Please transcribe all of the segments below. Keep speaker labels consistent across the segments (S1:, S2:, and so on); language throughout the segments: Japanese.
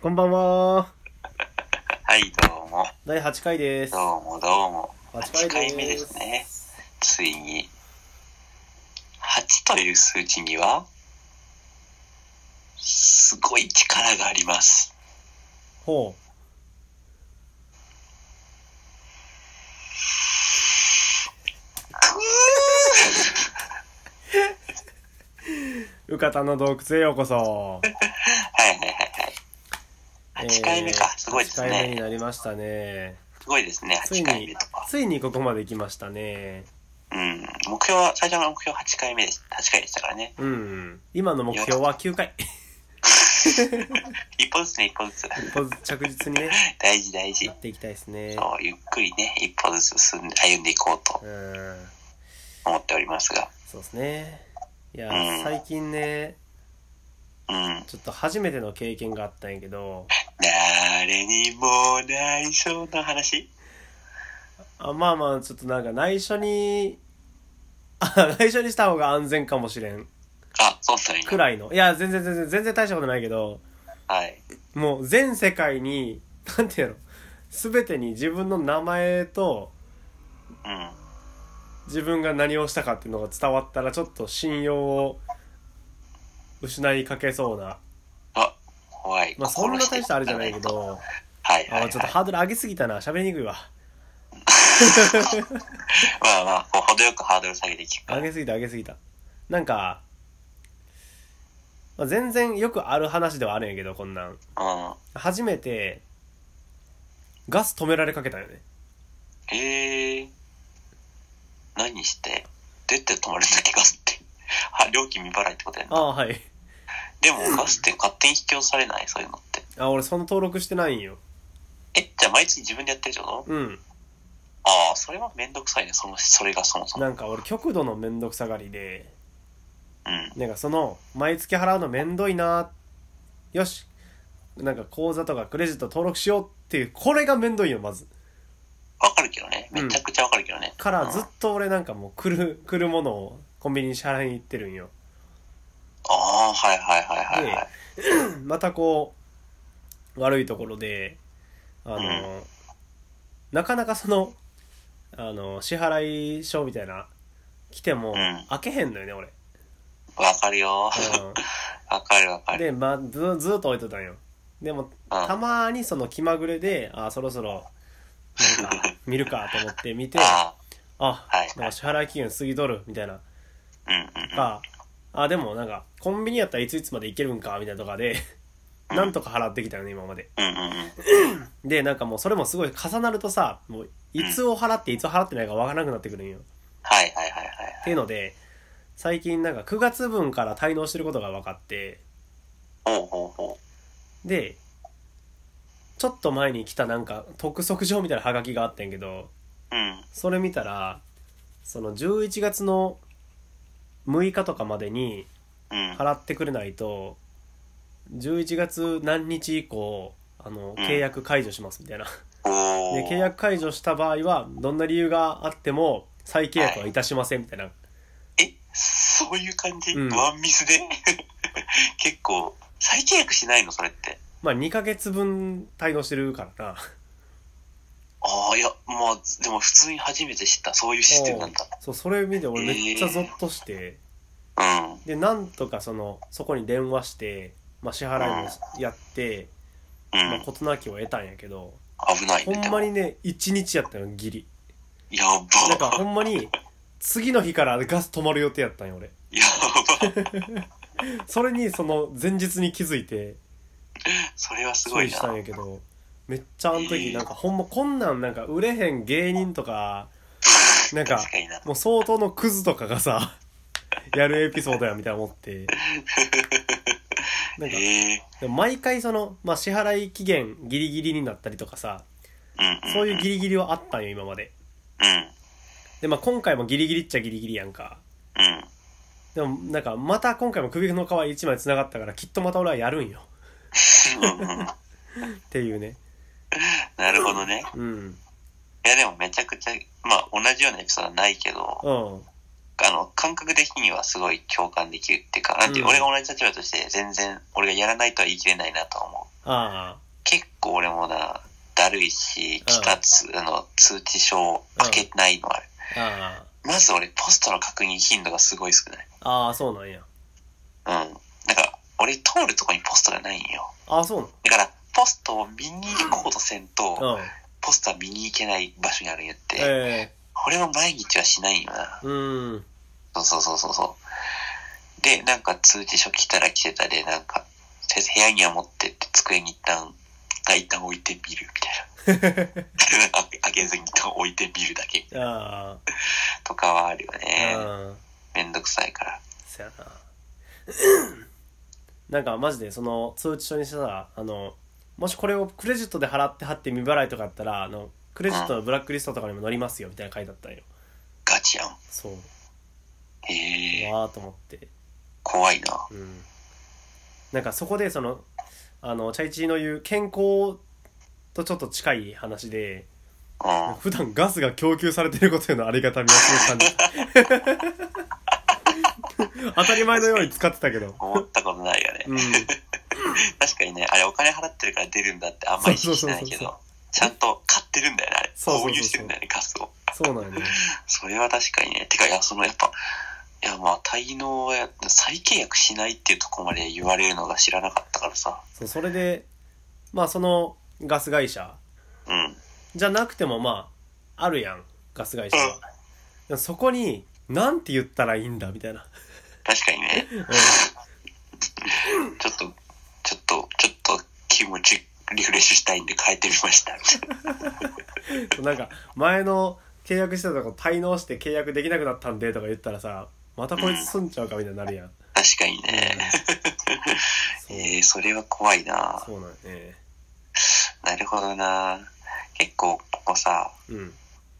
S1: こんばんは。
S2: はい、どうも。
S1: 第8回です。
S2: どうも、どうも。
S1: 8
S2: 8
S1: 回
S2: 回
S1: 目
S2: 目
S1: で
S2: ですすね。ついに。8という数字には、すごい力があります。
S1: ほう。うかたの洞窟へようこ そ。
S2: はいはいはいはい。8回目か。
S1: えー
S2: すごいです
S1: 8回目に
S2: ね。
S1: なりましたね。
S2: すごいですね、
S1: つい
S2: 8回目
S1: に
S2: とか、。
S1: ついにここまで来ましたね。
S2: うん。目標は、最初の目標8回目でした。8回でしたからね。
S1: うん。今の目標は9回。
S2: 一歩ずつね、一歩ずつ。
S1: 一歩ずつ着実にね、
S2: 大事大事
S1: やっ。ていきたいですね。
S2: そうゆっくりね、一歩ずつ進んで、歩んでいこうと
S1: うん。
S2: 思っておりますが。
S1: そうですね。いや
S2: う、ん
S1: 最近ね、
S2: うん。
S1: ちょっと初めての経験があったんやけど、
S2: 誰にも内緒の話
S1: あまあまあ、ちょっとなんか内緒に、あ内緒にした方が安全かもしれん。
S2: あ、そうなんや。
S1: くらいの。いや、全然全然、全然大したことないけど、
S2: はい。
S1: もう全世界に、なんていうの、すべてに自分の名前と、
S2: うん。
S1: 自分が何をしたかっていうのが伝わったら、ちょっと信用を失いかけそうな。
S2: あ、怖い。
S1: まあ、そんな大したあれじゃないけ
S2: 心して
S1: ど、
S2: はいはい、は
S1: あ
S2: い。
S1: ちょっとハードル上げすぎたな。喋りにくいわ。
S2: まあまあ、こう程よくハードル下げていき
S1: 上げすぎた上げすぎたなんか、まあ、全然よくある話ではあるんやけどこんなん
S2: うん。
S1: 初めてガス止められかけたよね
S2: えー。何してどうやって止まるんだっけ、ガスって。あ、料金未払いってことや
S1: あ
S2: な。
S1: あはい
S2: でも、ガスって勝手に引き寄せられないそういうのって。
S1: あ俺その登録してないんよ
S2: え、じゃあ毎月自分でやってるってこと
S1: うん
S2: ああ、それはめんどくさいね、その、それがそもそも。
S1: なんか俺極度のめんどくさがりで
S2: うん。
S1: なんかその毎月払うのめんどいなよしなんか口座とかクレジット登録しようっていうこれがめんどいよまず
S2: わかるけどね。めちゃくちゃわかるけどね。
S1: からず
S2: う
S1: っ
S2: ん
S1: と俺なんかもう来る来るものをコンビニに支払いに行ってるんよ
S2: ああ、はいはいはいはいはい。
S1: またこう悪いところであの、
S2: うん
S1: なかなかそのあの支払い書みたいな来ても
S2: ん
S1: 開けへんのよね俺、
S2: わかるよ。わかるわ
S1: う
S2: か
S1: ん、
S2: る。
S1: で、まあ、ずずっと置いとったんよでも
S2: うん
S1: たまにその気まぐれであそろそろなんか 見るかと思って見てあ
S2: あはい
S1: なんか支払い期限過ぎとるみたいな
S2: あ、うんうんうん。
S1: かあでもなんかコンビニやったらいついつまで行けるんかみたいなとかでなんとか払ってきたよね今まで
S2: うんうんうん。
S1: でなんかもうそれもすごい重なるとさもういつを払っていつを払ってないかわからなくなってくるんよ、っ
S2: はいはいはい
S1: ていうので最近なんか9月分から滞納してることが分かって
S2: はい。ほうほうほ
S1: でちょっと前に来たなんか督促状みたいなハガキがあってんけど
S2: う。うん。
S1: それ見たらその11月の6日とかまでに
S2: うん。
S1: 払ってくれないと11月何日以降あの契約解除しますみたいな
S2: お
S1: で
S2: ー
S1: 契約解除した場合はどんな理由があっても再契約はいたしませんみたいな、
S2: え、そういう感じ、
S1: うん
S2: ワンミスで 結構、再契約しないのそれって。
S1: まあ2ヶ月分滞納してるからな
S2: ああ、いや、まあ、でも普通に初めて知った。そういうシステムなんだ。
S1: そうそれ見て俺めっちゃゾッとして、
S2: うん。
S1: でなんとかそのそこに電話して、まあ、支払いもやって
S2: う
S1: まあ
S2: ん。
S1: 事なきを得たんやけど、
S2: 危ないね。
S1: ほんまにね1日やったよギリ
S2: でも。やば。
S1: なんかほんまに次の日からガス止まる予定やったんよ俺
S2: やば。
S1: それにその前日に気づいて
S2: それはすご
S1: 注
S2: い
S1: 意したん
S2: な。
S1: やけどめっちゃあの時なんかほんまこんなんなんか売れへん芸人とかなんか
S2: 確かにな。
S1: もう相当のクズとかがさやるエピソードやみたいな思ってなんか
S2: ええ
S1: でも毎回その、まあ、支払い期限ギリギリになったりとかさ
S2: ー。うん、うん。
S1: そういうギ
S2: リ。
S1: リギリはあったんよ今まで
S2: うん。
S1: でまあ今回もギリギリっちゃギリギリやんか
S2: うん。
S1: でもなんかまた今回も首の皮一枚繋がったからきっとまた俺はやるんよ
S2: うんうん
S1: っていうね
S2: なるほどね。
S1: うん
S2: いやでもめちゃくちゃ、まあ同じようなエピソードはないけど、
S1: うん
S2: あの、感覚的にはすごい共感できるっていうか、なんていう、
S1: うん
S2: 俺が同じ立場として全然俺がやらないとは言い切れないなとは思う。
S1: あ
S2: 結構俺もな、だるいし、
S1: うん
S2: 来たつ、あの、通知書開けないのある。
S1: あ、あ
S2: まず俺、ポストの確認頻度がすごい少ない。
S1: あ、ああ、そうなんや。
S2: うん。なんか、俺通るとこにポストがないんよ。
S1: ああ、そうなん。
S2: だから、ポストを見に行こうとせんと、
S1: うん。
S2: ポストは見に行けない場所にあるんやって。
S1: え
S2: 俺も毎日はしないんよな
S1: え。うん。
S2: そうそうそうそうそう。で、なんか通知書来たら来てたで、なんか、とりあえず部屋には持ってって、机に一旦、あ一旦置いてみるみたい な。あ開けずに一旦置いてみるだけ
S1: あ
S2: とかはあるよ
S1: あ、
S2: ね。
S1: うん。
S2: めんどくさいから。
S1: そやな。なんかマジでその通知書にしたらあのもしこれをクレジットで払って貼って未払いとかあったらあのクレジットのブラックリストとかにも載りますよみたいな書いてあったんよ
S2: ガチやん。
S1: そう
S2: へえ、
S1: うわーと思って
S2: 怖いな。
S1: うんなんかそこでそのあのチャイチーの言う健康とちょっと近い話で
S2: うん。
S1: 普段ガスが供給されてることへのありがたみをすごく感じた当たり前のように使ってたけど
S2: 思ったことないよね。
S1: うん
S2: 確かにね、あれお金払ってるから出るんだってあんまり意識してない
S1: そうそ
S2: け
S1: うそう
S2: ど、ちゃんと買ってるんだよね、あれ。
S1: そうそうそうそう
S2: 購入してるんだよね、ガスを。
S1: そうなんよね
S2: それは確かにね。てか、いや、そのやっぱ、いや、まあ、滞納は、再契約しないっていうとこまで言われるのが知らなかったからさ。
S1: そうそれでまあそのガス会社
S2: うん。
S1: じゃなくてもまああるやんガス会社は、でもそこになんて言ったらいいんだみたいな、
S2: 確かにね。ちょっと、ちょっと、ちょっと気持ちリフレッシュしたいんで変えてみました。
S1: うん、 なんか前の契約してたとこ滞納して契約できなくなったんでとか言ったらさまたこいつ住んじゃうかみたいになるやん、うん
S2: 確かにね。
S1: そう
S2: えー、それは怖いな
S1: そうなんよね
S2: なるほどな結構、ここさ、
S1: うん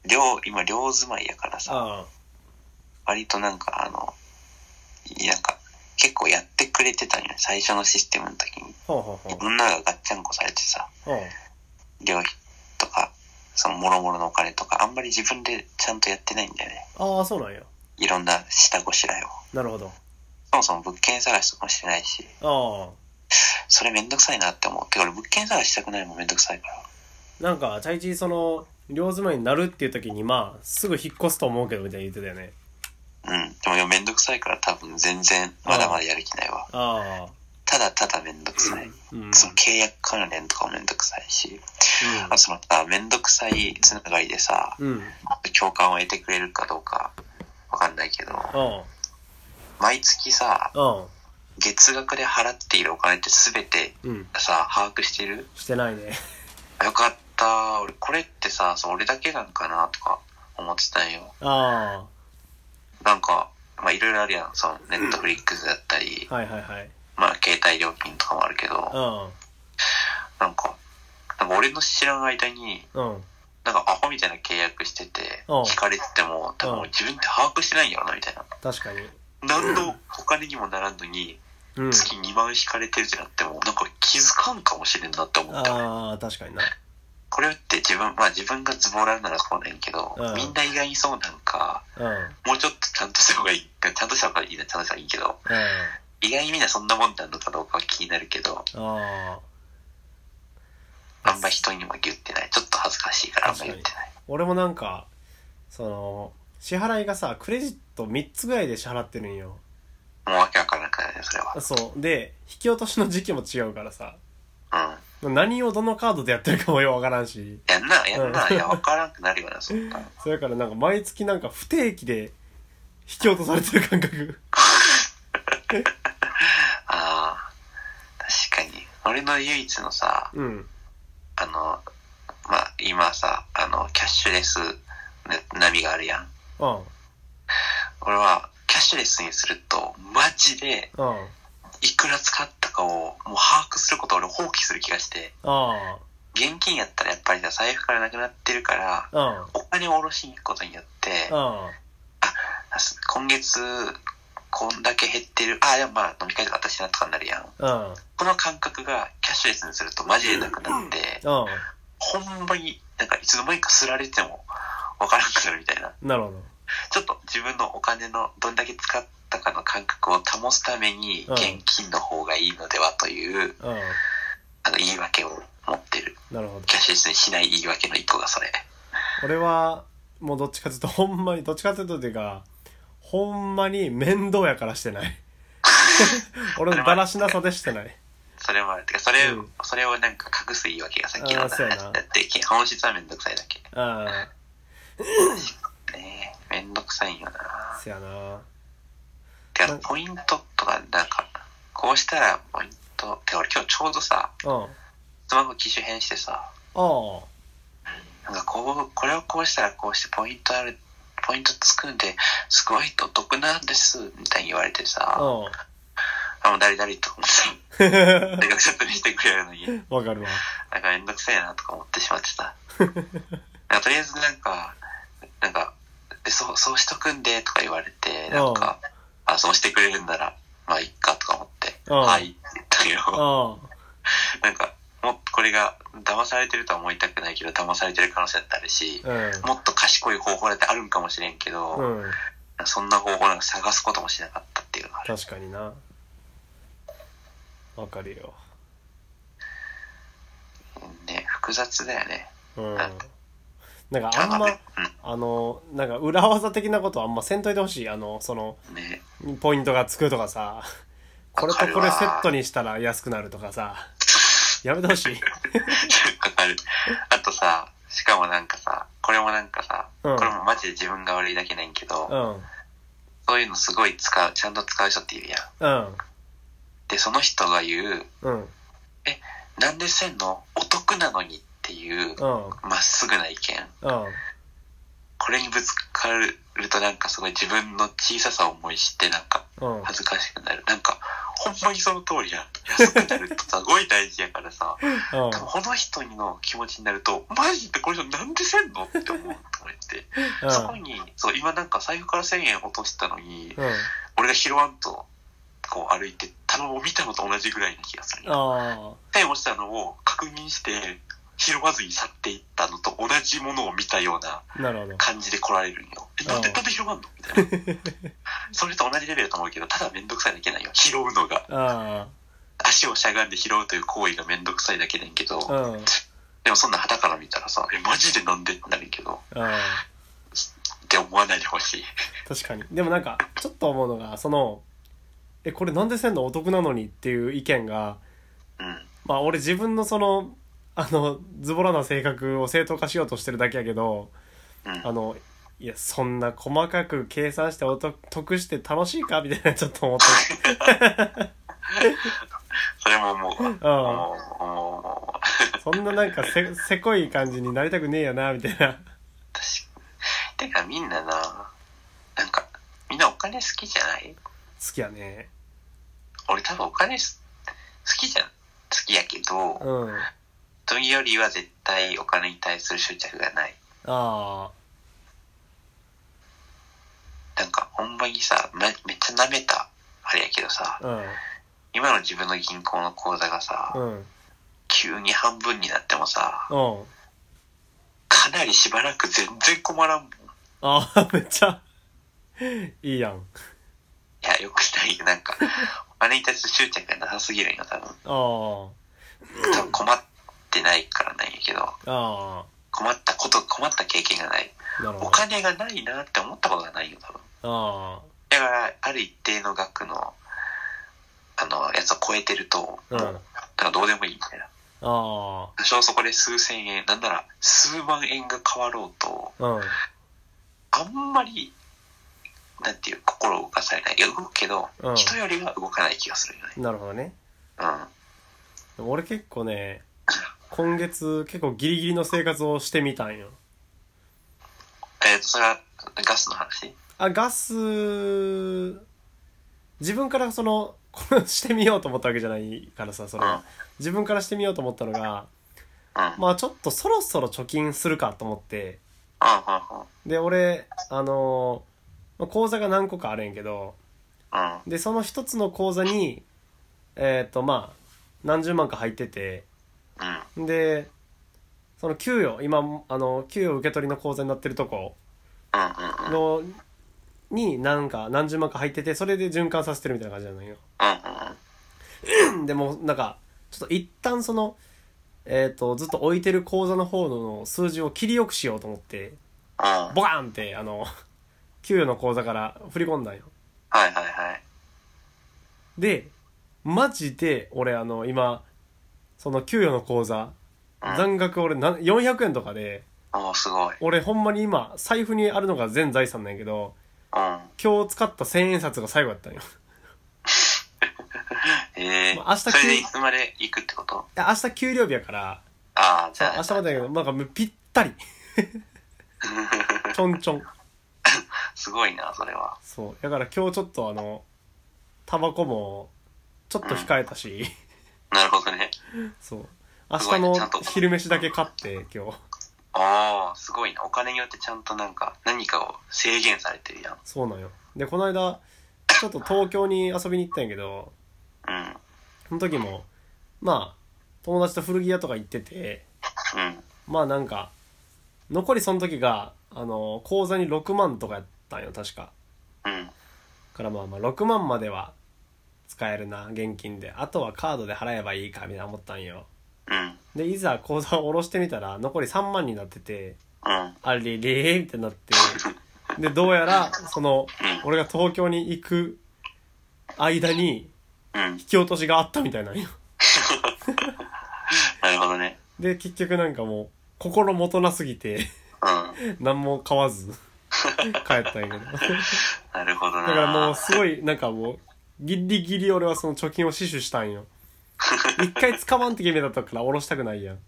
S2: 寮、今寮住まいやからさ、
S1: あ
S2: 割となんかあの、いなんか、結構やってくれてたんよね、最初のシステムの時に。
S1: あほうほうほう
S2: 女がガッチャンコされてさ、
S1: ほう
S2: 料費とか、その諸々のお金とか、あんまり自分でちゃんとやってないんだよね。
S1: ああそうなんや
S2: いろんな下ごしらえを。
S1: なるほど
S2: そもそも物件探しとかもしてないし、
S1: あ
S2: それめんどくさいなって思う。てか俺物件探ししたくないのもめんどくさいから。
S1: あなんかチャイチーその寮住まいになるっていう時にまあすぐ引っ越すと思うけどみたいに言ってたよね
S2: うん。でもいやめんどくさいから多分全然まだまだやる気ないわ。
S1: ああ
S2: ただただめんどくさい。
S1: うん
S2: その契約関連とかもめんどくさいし、
S1: うん
S2: あそのさ、めんどくさいつながりでさ、
S1: うん。
S2: 共感を得てくれるかどうかわかんないけど、
S1: うん。
S2: 毎月さ、
S1: うん。
S2: 月額で払っているお金って全て
S1: うん。
S2: さ、把握してる
S1: してないね。
S2: よかった。俺、これってさ、そう俺だけなんかなとか思ってたんよ。
S1: あ
S2: なんか、まあいろいろあるやん。その、ネットフリックスだったり
S1: あ。、はいはいはい。
S2: まあ携帯料金とかもあるけど、なんか、なんか俺の知らん間に、
S1: うん。うん。
S2: なんかアホみたいな契約してて、
S1: うん
S2: 聞かれてても、多分
S1: うん
S2: 自分って把握してないんやろな、みたいな。
S1: 確かに。
S2: 何のお金にもならんのに、
S1: うん。
S2: 月2万引かれてるってなっても、なんか気づかんかもしれんなって思った。
S1: ああ、確かにな。
S2: これって自分、まあ自分がズボラならそうなんやけど、
S1: うん
S2: みんな意外にそうなんか、
S1: うん。
S2: もうちょっとちゃんとした方がいい、ちゃんとした方がいいな、ちゃんとした方がいいけど、
S1: うん。
S2: 意外にみんなそんなもんなのかどうかは気になるけど、
S1: ああ。
S2: あんま人にも言ってない。ちょっと恥ずかしいからあんま言ってない。
S1: 俺もなんか、その、支払いがさ、クレジット3つぐらいで支払ってるんよ。
S2: もうわけわからなくなるね、それは。
S1: そう。で、引き落としの時期も違うからさ。
S2: うん。
S1: 何をどのカードでやってるかもよくわからんし。
S2: やんな、やんな、
S1: うん
S2: いや、わからんくなるよな、そんな。
S1: それからなんか毎月なんか不定期で引き落とされてる感覚。
S2: ああ、確かに。俺の唯一のさ、
S1: うん。
S2: あの、まあ、今さ、あの、キャッシュレス波があるやん。
S1: うん。うん。
S2: 俺は、キャッシュレスにすると、マジで、
S1: あ
S2: いくら使ったかを、もう把握することを俺放棄する気がして、
S1: あ。
S2: 現金やったらやっぱりさ、財布からなくなってるから、
S1: うん。
S2: お金を下ろしに行くことによって、
S1: あ
S2: 今月、こんだけ減ってる、あ、でもまあ飲み会とか私なとかになるやん。
S1: あ、
S2: この感覚がキャッシュレスにするとマジでなくなって、
S1: うん、う
S2: ほんまになんかいつの間にかすられてもわからなくなるみたいな。
S1: ん。なるほど。
S2: ちょっと自分のお金のどんだけ使ったかの感覚を保つために
S1: うん
S2: 現金の方がいいのではという
S1: うん。
S2: なんか言い訳を持ってる。
S1: なるほど
S2: キャッシュレスにしない言い訳の一個がそれ。
S1: 俺はもうどっちかというとほんまにどっちかというとっていうかほんまに面倒やからしてない 俺のだらしなさでしてない
S2: それもある。てか、それ、
S1: うん
S2: それをなんか隠す言い訳がさっき
S1: あ
S2: の
S1: ーそうやな
S2: 話だって、本質はめんどくさいだけ。
S1: あ
S2: ねえ、めんどくさいよ
S1: あ
S2: な。
S1: せやな
S2: てか、ポイントとか、なんか、こうしたらポイント、てか俺今日ちょうどさ、
S1: うんあ
S2: スマホ機種変してさ、
S1: あ
S2: なんかこう、これをこうしたらこうしてポイントある、ポイントつくんで、すごいお得なんです、みたいに言われてさ、
S1: うん
S2: あ、もう誰々と 思ってた。大学説明してくれるのに、なん
S1: わかるわ
S2: かめんどくせえなとか思ってしまって さ。なんかとりあえずなんか、なんか、えそう、そうしとくんでとか言われて、なんか、あ、そうしてくれるんなら、まあいっかとか思って、
S1: うん
S2: はいって言ったけど、
S1: ああ
S2: なんか、もうこれが騙されてるとは思いたくないけど、騙されてる可能性だってあるし、
S1: う
S2: もっと賢い方法だってあるんかもしれんけど、
S1: んうん
S2: そんな方法なんか探すこともしなかったっていうのがある。
S1: 確かになわかるよ
S2: ね、複雑だよね。
S1: うん
S2: はい
S1: なんかあんま
S2: ね、
S1: あのなんか裏技的なことあんませんといてほしいあのその
S2: うん、ね、
S1: ポイントがつくとかさこれとこれセットにしたら安くなるとかさやめてほしい
S2: かかる。あとさ、しかもなんかさ、これもなんかさ、
S1: うん
S2: これもマジで自分が悪いだけないけど、
S1: うんうん
S2: そういうのすごい使う、ちゃんと使う人っているやん。で、その人が言う、
S1: うん
S2: なんでせんのお得なのにっていう、
S1: うん
S2: まっすぐな意見。
S1: うん
S2: これにぶつかるとなんかすごい自分の小ささを思い知ってなんか
S1: うん
S2: 恥ずかしくなる。なんか、ほんまにその通りやん。安くなるってすごい大事やからさ。
S1: うん
S2: 多分この人の気持ちになると、マジでこの人なんでせんのって思うと思って。そこに、そう、今なんか財布から1000円落としたのに、
S1: うん
S2: 俺が拾わんと、こう歩いて、たのを見たのと同じぐらいな気がする。
S1: あ
S2: 1000円落ちたのを確認して、拾わずに去っていったのと同じものを見たような
S1: あなるほど
S2: 感じで来られるんよ。え、なんで、
S1: うん
S2: なんで拾わんのみたいな。 それと同じレベルだと思うけど、ただめんどくさいだけなんよ。拾うのが。
S1: あ
S2: 足をしゃがんで拾うという行為がめんどくさいだけなんけど、
S1: あうん
S2: でもそんな旗から見たらさ、え、マジでなんでってなるけど、
S1: あ
S2: って思わないでほしい。
S1: 確かにでもなんかちょっと思うのがそのえこれなんでせんのお得なのにっていう意見が
S2: うん。
S1: まあ俺自分のそのあのズボラな性格を正当化しようとしてるだけやけど
S2: うん。
S1: あのいやそんな細かく計算しておと得して楽しいかみたいなちょっと思って
S2: それも思うわ。
S1: る、う
S2: 思う、思う、思う。
S1: ん、そんななんかせせこい感じになりたくねえよなみたいな
S2: 私、てかみんなな、なんか、みんなお金好きじゃない
S1: 好きやね
S2: 俺多分お金す好きじゃん。好きやけど、
S1: うんあ
S2: というよりは絶対お金に対する執着がない。
S1: あ
S2: なんか、ほんまにさ、めめっちゃ舐めた、あれやけどさ、
S1: うん
S2: 今の自分の銀行の口座がさ、
S1: うんうん
S2: 急に半分になってもさ、
S1: あ
S2: かなりしばらく全然困らんもん。い
S1: あ めっちゃいいやん
S2: や、よくないよ。なん か、お金に対する執着がなさすぎるんよ、多分。
S1: あ
S2: 多分困ってないからなんやけど、
S1: ああ
S2: 困ったこと、困った経験がない。
S1: あなるほど
S2: お金がないなって思ったことがないよ、多分。
S1: あ
S2: だから、ある一定の額の、あの、やつを超えてると、
S1: うん
S2: なんかどうでもいいみたいな。
S1: ああ
S2: 多少そこで数千円、なんなら数万円が変わろうと、
S1: あうん
S2: あんまり、なんていう、心を動かされない。いや、動くけど、
S1: うん
S2: 人よりは動かない気がするよね。
S1: なるほどね
S2: うん。あ
S1: でも俺結構ね今月結構ギリギリの生活をしてみたんよ
S2: えっ、と、それは、ガスの話
S1: あガス自分からそのこれしてみようと思ったわけじゃないからさそ
S2: うん。
S1: れ
S2: うん。
S1: は自分からしてみようと思ったのが
S2: うん。うん。
S1: まあちょっとそろそろ貯金するかと思って
S2: う
S1: で俺あのまあ口座が何個かあるんやけど
S2: ん。うん。
S1: でその一つの口座にえっ、とまあ何十万か入ってて
S2: うん。
S1: でその給与今あの給与受け取りの口座になってるとこ
S2: うん。うん。うん。うん。
S1: の
S2: うん。
S1: になんか何 十万か入っててそれで循環させてるみたいな感じなのよ。でもなんかちょっと一旦その、えっ、と、ずっと置いてる口座の方の数字を切りよくしようと思って、
S2: うん。
S1: ボカーンって、あの、 給与の口座から振り込んだんよ。
S2: はいはいはい。
S1: で、マジで、俺あの、今、その給与の口座、
S2: うん。
S1: 残額俺な400円とかで、
S2: おーすごい。
S1: 俺ほんまに今、財布にあるのが全財産なんやけど、
S2: うん。
S1: 今日使った千円札が最後やったんよ。
S2: ええ
S1: まあ明日
S2: それでいつまで行くってこと
S1: いや明日給料日やから、
S2: ああ、じ
S1: そう
S2: ゃあ。
S1: 明日までやけど、なんかもうぴったり。ちょんちょん。
S2: すごいな、それは。
S1: そう。だから今日ちょっとあの、タバコも、ちょっと控えたし、
S2: なるほどね。
S1: そう。明日の
S2: ちゃんと
S1: 昼飯だけ買って、今日。
S2: ああ、すごいな。お金によってちゃんとなんか、何かを制限されてるやん。
S1: そうなんよ。で、この間、ちょっと東京に遊びに行ったんやけど、
S2: うん。
S1: その時も、まあ、友達と古着屋とか行ってて、
S2: うん。
S1: まあなんか、残りその時が、あの、口座に6万とかやったんよ、確か。
S2: うん。
S1: からまあまあ6万までは使えるな現金であとはカードで払えばいいかみたいな思ったんよ
S2: うん。
S1: でいざ口座を下ろしてみたら残り3万になってて
S2: うん。
S1: あれれーってなってでどうやらその俺が東京に行く間に
S2: うん。
S1: 引き落としがあったみたいなんよ
S2: なるほどね。
S1: で結局なんかもう心もとなすぎて
S2: うん。
S1: 何も買わず帰ったんやけど
S2: なるほど
S1: だ
S2: な。
S1: からもうすごい、なんかもう、ギリギリ俺はその貯金を死守した んよ。一回使わんって決めたとから下ろしたくないやん。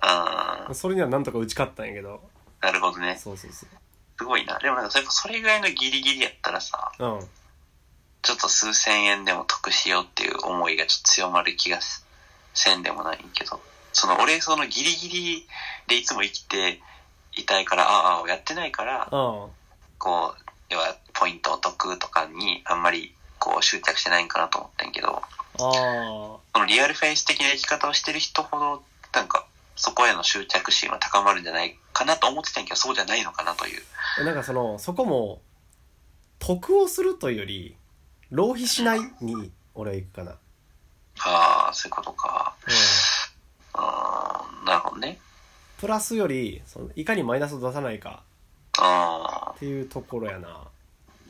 S2: ああ、
S1: それにはなんとか打ち勝ったんやけど。
S2: なるほどね。
S1: そうそうそう。
S2: すごいな。でもなんか、それそれぐらいのギリギリやったらさ、
S1: うん。
S2: ちょっと数千円でも得しようっていう思いがちょっと強まる気がすせんでもないけど、その俺そのギリギリでいつも生きていたいから、ああああ、やってないから、
S1: うん。
S2: こう、要はポイントお得とかにあんまりこう執着してないんかなと思ったんやけど、
S1: あ
S2: そのリアルフェイス的な生き方をしてる人ほど、なんかそこへの執着心は高まるんじゃないかなと思ってたんやけど、そうじゃないのかなという。
S1: あ。なんかその、そこも、得をするというより、浪費しないに、俺は行くかな。
S2: ああ、そういうことか。
S1: うん。
S2: ああ、なるほどね。
S1: プラスより、そのいかにマイナスを出さないか
S2: ああ。
S1: っていうところやな。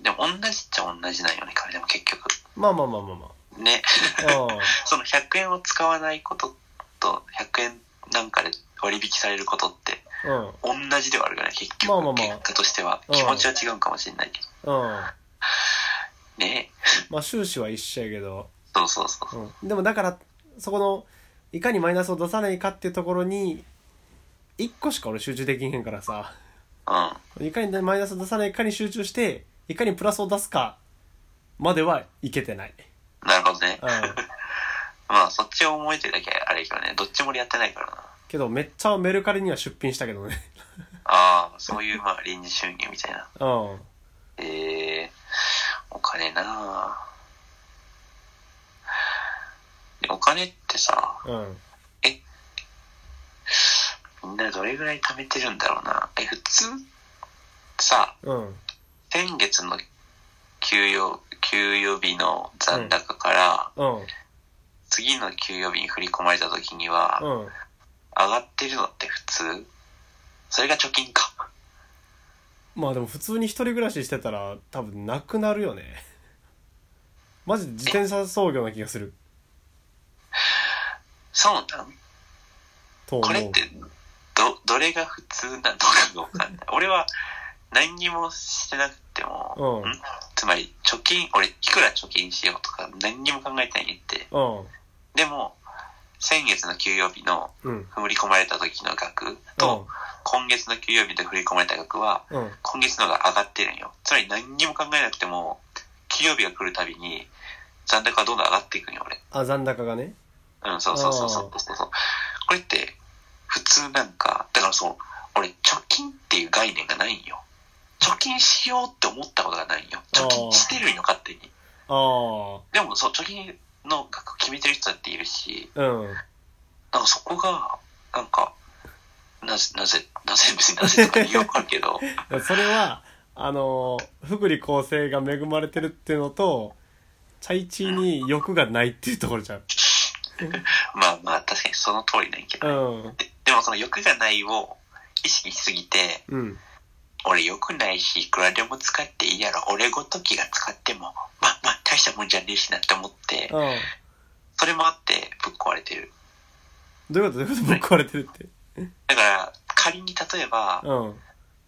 S2: でも同じっちゃ同じなんよね、彼でも結局。
S1: まあまあまあまあま
S2: ね。
S1: あ。うん。
S2: その100円を使わないことと、100円なんかで割引されることって、
S1: うん。
S2: 同じではあるからね、結局。
S1: まあまあまあ
S2: 結果としては。
S1: うん
S2: 気持ちは違うんかもしれないけど。
S1: うん。
S2: ね
S1: まあ収支は一緒やけど、
S2: そうそうそう。
S1: うん、でもだからそこのいかにマイナスを出さないかっていうところに1個しか俺集中できへんからさ
S2: うん。あ
S1: いかにマイナスを出さないかに集中していかにプラスを出すかまではいけてない、
S2: なるほどね。
S1: うん、
S2: まあ、そっちを思えてるだけあれやけどね、どっちも俺やってないからな。
S1: けどめっちゃメルカリには出品したけどね
S2: ああ、そういう、まあ、臨時収入みたいな。
S1: うん
S2: ええお金なあでお金ってさ、
S1: うん
S2: みんなどれぐらい貯めてるんだろうな。え、普通さ、
S1: うん
S2: 先月の給与、給与日の残高から、
S1: うん
S2: 次の給与日に振り込まれた時には、
S1: うん
S2: 上がってるのって普通それが貯金か。
S1: まあでも普通に一人暮らししてたら多分なくなるよねマジで自転車操業な気がする
S2: そうなん
S1: と思
S2: こ
S1: う
S2: れって、ど、どれが普通なのかがわかんない。俺は、何にもしてなくても、
S1: うん
S2: つまり、貯金、俺、いくら貯金しようとか、何にも考えてないって。でも、先月の給与日の
S1: うんうん
S2: 振り込まれた時の額と、今月の給与日で振り込まれた額は、
S1: うん
S2: 今月のが上がってるんよ。つまり何にも考えなくても、給与日が来るたびに、残高がどんどん上がっていくんよ、俺。
S1: あ残高がね
S2: うん、そうそうそうそうそうそう。これって、普通なんか、だからそう、俺、貯金っていう概念がないんよ。貯金しようって思ったことがないんよ。貯金してるんよ、勝手に。
S1: あ
S2: でもそう、貯金の額決めてる人だっているし、
S1: あうん
S2: なんかそこが、なんか、なぜ、なぜ、なぜ、別になぜとか言いわかるけど、
S1: それはあのー福利厚生が恵まれてるっていうのとチャイチーに欲がないっていうところじゃん
S2: まあまあ、確かにその通りなんやけど。
S1: うん
S2: ででもその欲がないを意識しすぎて、
S1: うん
S2: 俺欲ないし、いくらでも使っていいやろ。俺ごときが使っても、まあまあ、大したもんじゃねえしなって思って、
S1: うん
S2: それもあってぶっ壊れてる。
S1: どういうことどういうことぶっ壊れてるって
S2: だから、仮に例えば、
S1: うん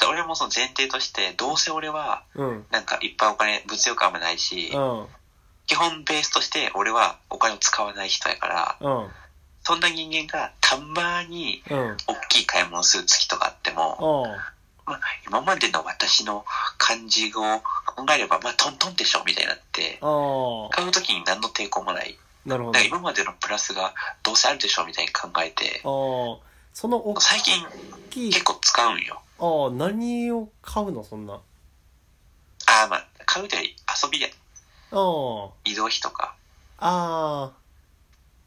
S2: 俺もその前提として、どうせ俺は、
S1: うん
S2: なんかいっぱいお金、物欲あんまないし、
S1: うん
S2: 基本ベースとして俺はお金を使わない人やから、
S1: うん
S2: そんな人間がたまに
S1: うん
S2: 大きい買い物する月とかあっても、
S1: あ
S2: まあ、今までの私の感じを考えれば、まあトントンでしょみたいになって、
S1: ああ
S2: 買う時に何の抵抗もない。
S1: あなるほど
S2: だから今までのプラスがどうせあるでしょみたいに考えて、
S1: ああその大
S2: 最近
S1: きい
S2: 結構使うんよ。
S1: ああ何を買うのそんなあ
S2: ああ、まあ、買うで遊びや
S1: あ
S2: 移動費とか
S1: あ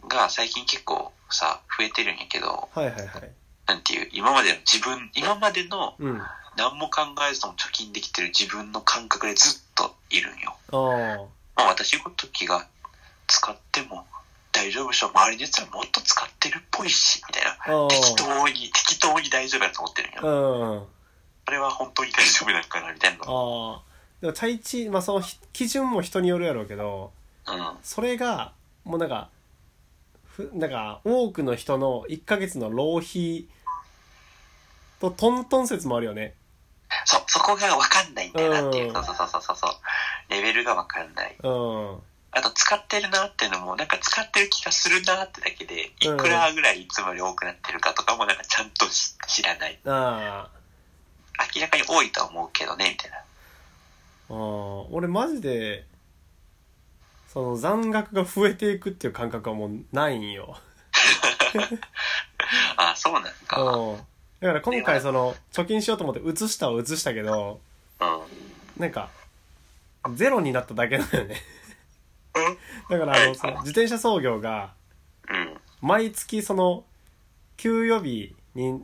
S2: が最近結構さ、増えてるんやけど、
S1: あはいはいはい
S2: なんていう、今までの自分、今までの
S1: うんあ
S2: 何も考えずとも貯金できてる自分の感覚でずっといるんよ。
S1: あ
S2: まあ、私ごときが使っても大丈夫でしょ。周りのやつらもっと使ってるっぽいし、みたいな。
S1: ああ
S2: 適当に、適当に大丈夫やと思ってるん
S1: う
S2: よ。
S1: ん
S2: それは本当に大丈夫なのかな、みたいな。
S1: ああでも大地まあそのひ基準も人によるやろうけど
S2: うん。
S1: それがもうなんかふなんか多くの人の1ヶ月の浪費とトントン説もあるよね
S2: そう、そこがわかんないんだよなっていうう。
S1: ん
S2: そうそうそうそうそう。レベルがわかんない。
S1: うん
S2: あと、使ってるなっていうのも、なんか使ってる気がするなってだけで、いくらぐらいいつもより多くなってるかとかも、なんかちゃんとし知らない。
S1: ああ
S2: 明らかに多いとは思うけどね、みたいな。
S1: うん俺マジでその残額が増えていくっていう感覚はもうないんよ
S2: あ、そうなんか。うん。
S1: うんだから今回その貯金しようと思って移したは移したけどなんかゼロになっただけなんだよねだからあのその自転車操業が
S2: うん。
S1: 毎月その給与日に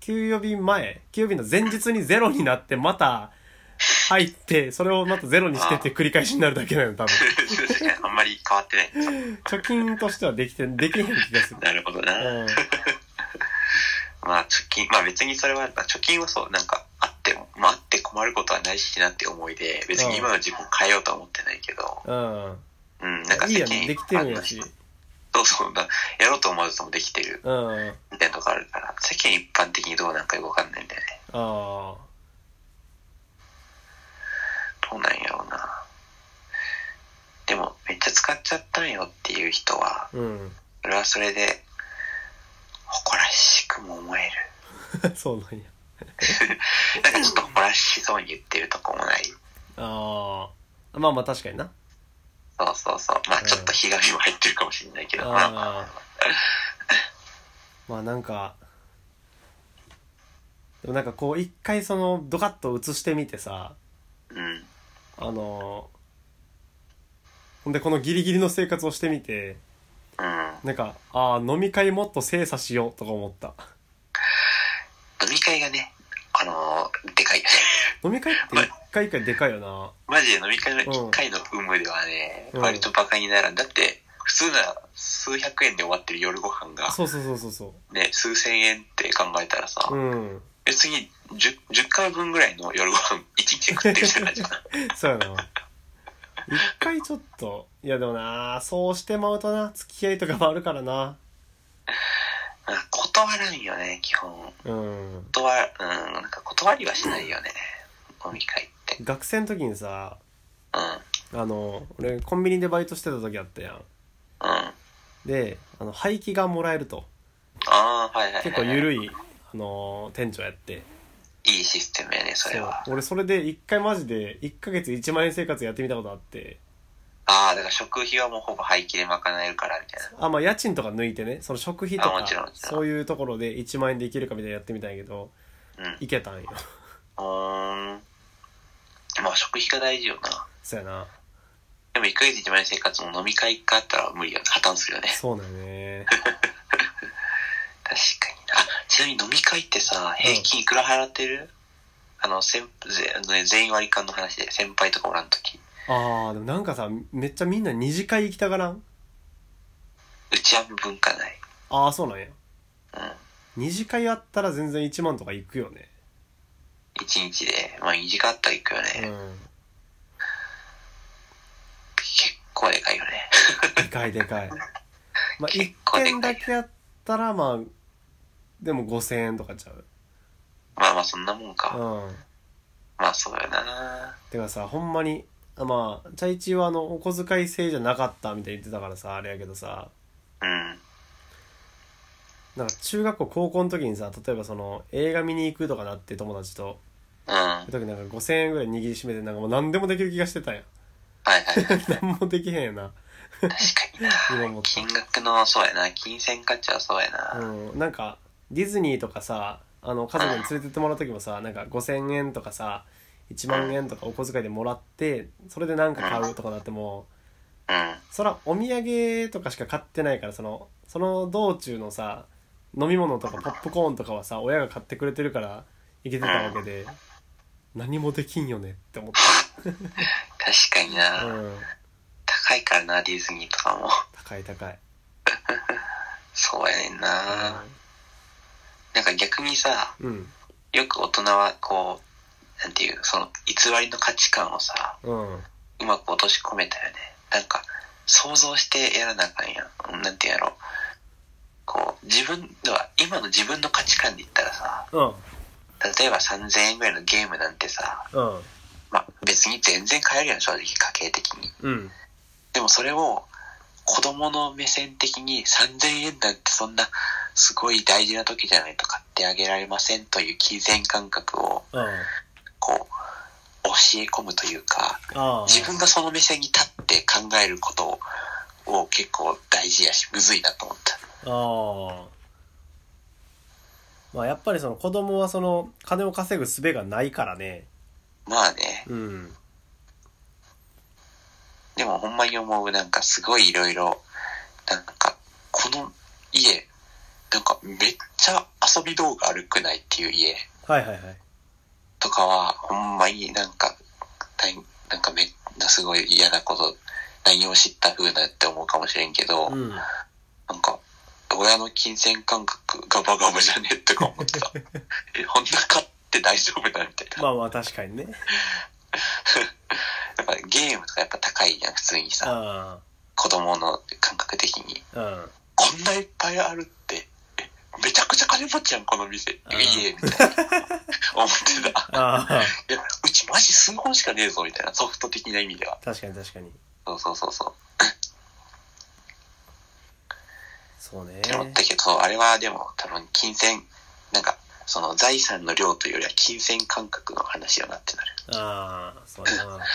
S1: 給与日前給与日の前日にゼロになってまた入ってそれをまたゼロにしてって繰り返しになるだけなの多分
S2: 確かにあんまり変わってない。
S1: 貯金としてはできてできへん気がする
S2: なるほどな。まあ、貯金、まあ別にそれは、まあ、貯金はそう、なんか、あっても、まああって困ることはないしなって思いで、別に今の自分を変えようとは思ってないけど、
S1: うんうん
S2: うん、なんか
S1: いいや
S2: 世
S1: ん
S2: 間
S1: できてるんやし
S2: そうそう、まあやろうと思うともできてる
S1: うんあ
S2: みたいなとこあるから、世間一般的にどうなんかよくわかんないんだよね。
S1: あ
S2: どうなんやろうな。でも、めっちゃ使っちゃったんよっていう人は、
S1: うん
S2: それはそれで、誇らしくも思える。
S1: そうなんや
S2: なんかちょっと誇らしそうに言ってるとこもない。
S1: ああまあまあ確かにな
S2: そうそうそう。まあちょっとひがみも入ってるかもしれないけど、まあまあ
S1: あーまあなんかでもなんかこう一回そのドカッと映してみてさ
S2: うん。
S1: あのほんでこのギリギリの生活をしてみて
S2: うん。
S1: なんかああ飲み会もっと精査しようとか思った
S2: 飲み会がね、あのー、でかい。
S1: 飲み会って一回一回でかいよな
S2: マジで飲み会の1回の有無ではね、
S1: うん
S2: 割とバカにならん。だって、普通なら数百円で終わってる夜ご飯が、
S1: そうそうそうそうそ
S2: ね、数千円って考えたらさ、
S1: ううん
S2: 別に 10, 10回分ぐらいの夜ご飯 一日で食ってるじゃないですか。
S1: そうやな一回ちょっといやでもなそうしてまうとな付き合いとかもあるからな
S2: うん断らんよね、基本。
S1: うん
S2: 断る、うん、なんか断りはしないよね。飲み会って。
S1: 学生の時にさ
S2: うん、うん、
S1: あの俺コンビニでバイトしてた時あったやん
S2: あ
S1: であの廃棄がもらえると
S2: あー、はいはい、はい。
S1: 結構緩
S2: い。
S1: い、あの店長やって
S2: いいシステムやね、それは。
S1: そう俺それで一回マジで1ヶ月1万円生活やってみたことあって
S2: ああ、だから食費はもうほぼ廃棄で賄えるから、みたいな。
S1: あまあ家賃とか抜いてねその食費と
S2: あもちろん
S1: か
S2: もちろん
S1: そういうところで1万円でいけるかみたいなやってみたんやけど
S2: うん。
S1: いけたんよ
S2: うーん。まあ、食費が大事よな。
S1: そうやな
S2: でも、1ヶ月一万円生活も飲み会1回あったら無理や。破綻するよね。
S1: そうだよね
S2: 確かにな。あ、ちなみに飲み会ってさ、平均いくら払ってる、あの、先ぜあのね全員割り勘の話で、先輩とかおらんとき。
S1: あーでもなんかさめっちゃみんな二次会行きたがらん
S2: 打ち上げ文化ない。
S1: ああ、そうなんや。
S2: う
S1: 二次会あったら全然1万とかいくよね。
S2: ん。一日で、まあ2時間あったら行くよね。
S1: う
S2: 結構でかいよね。
S1: ん。でかいでかい。まあ、
S2: 結
S1: 1
S2: 構でかい
S1: 件だけやったら、まあ、でも5000円とかちゃう。
S2: まあまあそんなもんか。
S1: うん。
S2: まあそうやな。
S1: てかさ、ほんまに、あまあ、チャイチはあの、お小遣い制じゃなかったみたいに言ってたからさ、あれやけどさ、
S2: うん。
S1: なんか中学校高校の時にさ、例えばその、映画見に行くとかなって友達と、
S2: うん。はい
S1: 時なんか5000円ぐらい握りしめて、なんかもう何でもできる気がしてたんや。
S2: はいはい。確か
S1: 何もできへんやな。
S2: に
S1: 今
S2: な。
S1: 思った
S2: 金額の、そうやな。金銭価値はそうやな。
S1: うん、なんかディズニーとかさあの家族に連れてってもらう時もさなんか5,000円とかさ1万円とかお小遣いでもらってそれでなんか買うとかなっても
S2: うん。
S1: そらお土産とかしか買ってないからそのその道中のさ飲み物とかポップコーンとかはさ親が買ってくれてるからいけてたわけで何もできんよねって思っ
S2: 確かに
S1: た、う
S2: な。
S1: ん、
S2: 高いからな、ディズニーとかも。
S1: 高い高い、
S2: そうやねんな。なんか逆にさ、
S1: うん
S2: よく大人はこう、なんていう、その偽りの価値観をさ、
S1: うん
S2: うまく落とし込めたよね。なんか、想像してやらなあかんやん。うんなんていうんやろ。こう、自分では、今の自分の価値観で言ったらさ、
S1: うん
S2: 例えば3000円ぐらいのゲームなんてさ、
S1: うん
S2: まあ別に全然買えるやん、正直、家計的に。
S1: うん
S2: でもそれを、子供の目線的に3000円なんてそんな、すごい大事な時じゃないと買ってあげられませんという金銭感覚を、
S1: うん
S2: こう、教え込むというか、
S1: ああ
S2: 自分がその目線に立って考えることを結構大事やし、むずいなと思った。
S1: ああ。まあやっぱりその子供はその金を稼ぐ術がないからね。
S2: まあね、
S1: うん。
S2: でもほんまに思う、なんかすごいいろいろ、なんか、この家、なんかめっちゃ遊び道具悪くないっていう家
S1: はいはいはい。
S2: とかは、ほんまになんか、大なんかめっなすごい嫌なこと、何を知った風なって思うかもしれんけど、
S1: うん。
S2: なんか、親の金銭感覚ガバガバじゃねえと か思ってた。え、ほんな買って大丈夫なみたいな。
S1: まあまあ確かにね。
S2: やっぱゲームとかやっぱ高いやん、普通にさ、
S1: あ
S2: 子供の感覚的に。
S1: あ。うん。
S2: こんないっぱいあるって、えめちゃくちゃ金持ちやん、この店。い
S1: あー
S2: え、みた いな。思ってた。
S1: ああ。
S2: いや、うちマジ数本しかねえぞ、みたいな、ソフト的な意味では。
S1: 確かに確かに。
S2: そうそうそうそう。
S1: そうね
S2: っ。て思ったけど、あれはでも多分金銭、なんか、その財産の量というよりは金銭感覚の話よなってなる。
S1: ああ。そうだな。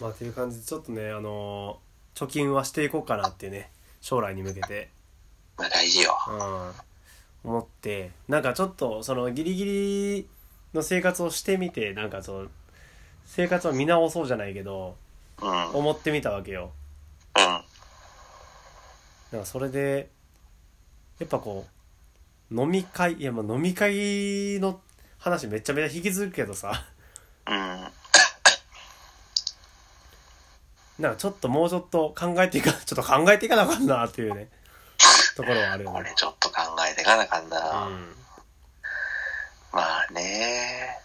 S1: まあという感じでちょっとね、あのー貯金はしていこうかなってね、将来に向けて。
S2: まあ大事よ。
S1: うん、思ってなんかちょっとそのギリギリの生活をしてみてなんかその生活を見直そうじゃないけど
S2: うん。うん。
S1: 思ってみたわけよ
S2: あ
S1: なんかそれでやっぱこう飲み会いやまあ飲み会の話めちゃめちゃ引きずるけどさ なんかちょっともうちょっと考えていか ちょっと考えていかなあかんなっていうねところはあるよ
S2: こ
S1: ね
S2: れちょっと考えていかなあかん
S1: う
S2: な。
S1: ん
S2: まあね。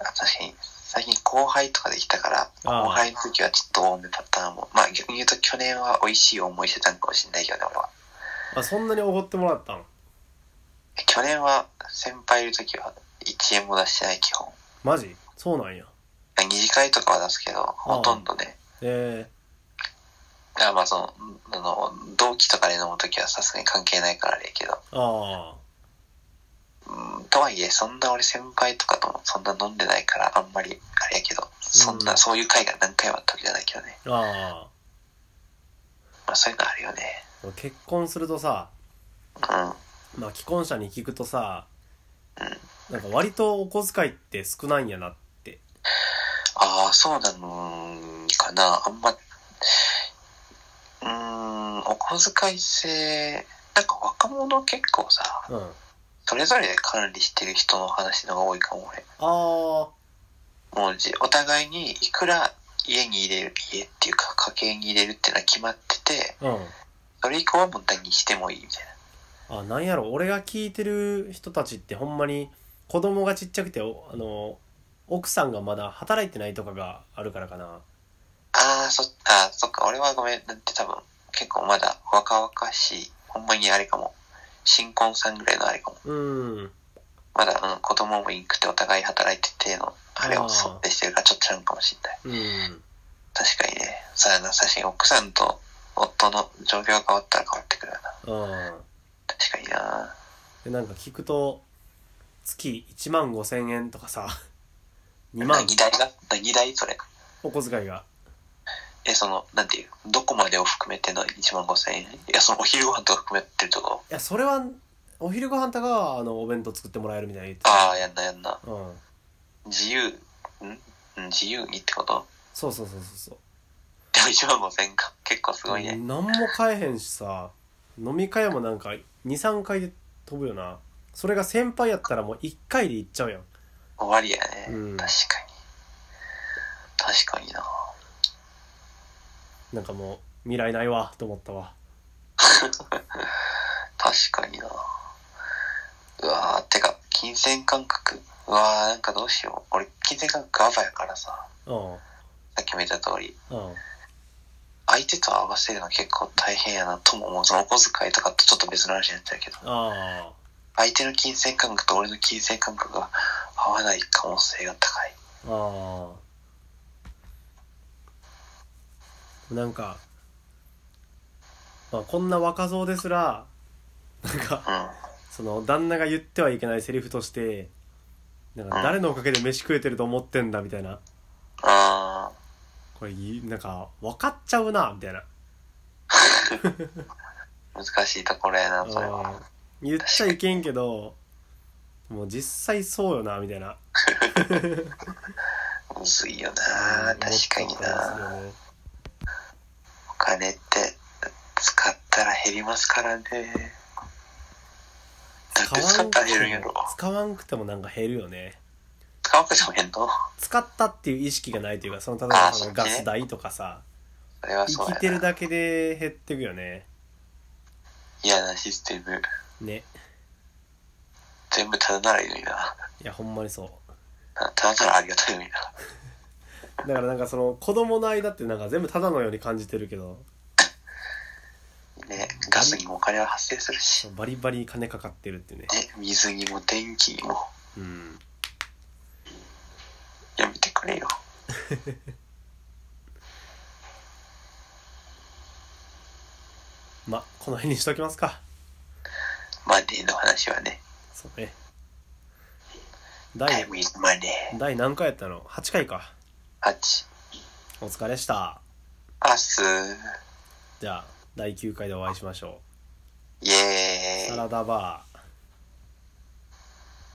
S2: あ確かに、最近後輩とかできたから、
S1: ああ
S2: 後輩の時はちょっと多めパターンも。まあ逆に言うと去年は美味しい思いしてたんかもしれないけどね、俺は。
S1: あそんなにおごってもらったん
S2: 去年は先輩いる時は1円も出してない基本。
S1: マジそうなんや
S2: 二次会とかは出すけど、ほとんどね。
S1: え
S2: あまあその、あの、同期とかで飲む時はさすがに関係ないからあれやけど。
S1: ー、ああ
S2: うんとはいえ、そんな俺先輩とかともそんな飲んでないから、あんまりあれやけど、そんな、
S1: うん
S2: そういう会が何回もあったわけじゃないけどね。
S1: ああ
S2: まあそういうのあるよね。
S1: 結婚するとさ、
S2: うん。
S1: まあ、既婚者に聞くとさなんか割とお小遣いって少ないんやなって
S2: ああ、そうなのかな。あんま、うーん、お小遣い制、なんか若者結構さ、
S1: うんあ
S2: それぞれ管理してる人の話の方が多いかも、俺。
S1: あ
S2: もうじ、お互いにいくら家に入れる、家っていうか家計に入れるってのは決まってて、
S1: うん。
S2: それ以降はもう何にしてもいいみたいな。
S1: あ、なんやろ、俺が聞いてる人たちってほんまに子供がちっちゃくて、おあの、奥さんがまだ働いてないとかがあるからかな。
S2: ああ、そ、あーそっか、俺はごめん、なんて多分、結構まだ若々しい、ほんまにあれかも。新婚さんぐらいのあれかも。
S1: うん。
S2: まだ、うん、子供もいなくてお互い働いてての、あれを想定してるからちょっとちゃうかもしんない。
S1: うん。
S2: 確かにね。そうやな、確かに奥さんと夫の状況が変わったら変わってくるよな。
S1: うん。
S2: 確かにな。
S1: で、なんか聞くと、月1万5千円とかさ、2万
S2: 何代が何代それ。
S1: お小遣いが。
S2: え、その、なんていう、どこまでを含めての1万5千円いや、そのお昼ご飯とか含めてるとこ
S1: いや、それは、お昼ご飯とかは、あの、お弁当作ってもらえるみたいな言って
S2: ああ、やんなやんな。
S1: た。うん。
S2: 自由、んうん自由にってこと
S1: そうそうそうそう
S2: でも1万5千か。結構す
S1: そう。
S2: ごいね。
S1: 何も買えへんしさ、飲み会もなんか、2、3回で飛ぶよな。それが先輩やったらもう1回で行っちゃうやん。
S2: 終わりやね。
S1: うん
S2: 確かに。確かにな。
S1: なんかもう、未来ないわ、と思ったわ。
S2: 確かにな。うわー、てか、金銭感覚。うわー、なんかどうしよう。俺、金銭感覚アバやからさ。
S1: うん。
S2: さっきも言った通り。
S1: うん。
S2: 相手と合わせるの結構大変やなとも思う。そのお小遣いとかとちょっと別の話になっちゃうけど。
S1: あ
S2: 相手の金銭感覚と俺の金銭感覚が合わない可能性が高い。
S1: あ。ああ。なんか、まあ、こんな若造ですら、なんか、
S2: うん。
S1: その旦那が言ってはいけないセリフとしてなんか
S2: うん
S1: 誰のおかげで飯食えてると思ってんだみたいな
S2: あ
S1: これいなんか分かっちゃうなみたいな
S2: ー、難しいところやな、それ
S1: う
S2: は
S1: ん。言っちゃいけんけどもう実際そうよなみたいな
S2: むずいよな、確かにな。
S1: 思っ
S2: お金って使ったら減りますからね。だ
S1: た
S2: っ
S1: んで
S2: て
S1: す
S2: 使
S1: よね
S2: ったら減るんやろ。
S1: 使わんくてもなんか減るよね
S2: 使わなくても減んの
S1: 使ったっていう意識がないというかその例え
S2: あ
S1: ば
S2: ー
S1: その
S2: そっ
S1: ガ
S2: ちね
S1: ス代とかさ
S2: それはそう
S1: 生
S2: や
S1: きてる
S2: な。
S1: だけで減ってくよね
S2: 嫌なシステム。
S1: ね
S2: 全部ただならいいのにな。
S1: いやほんまにそう
S2: なただならありがたいのにな。
S1: だからなんかその子供の間ってなんか全部ただのように感じてるけど
S2: ね、ガスにもお金は発生するし。
S1: バリバリ金かかってるってね
S2: ね、水にも電気にも。
S1: うん
S2: やめてくれよ。
S1: まあこの辺にしときますか
S2: マネーの話はね。
S1: そうね
S2: タ
S1: 第
S2: イムイズマネー。
S1: 第何回やったの8回か
S2: 8。
S1: お疲れでした
S2: 明日。
S1: じゃあ第9回でお会いしましょ
S2: イ
S1: う
S2: エーイ
S1: サ。ラダバー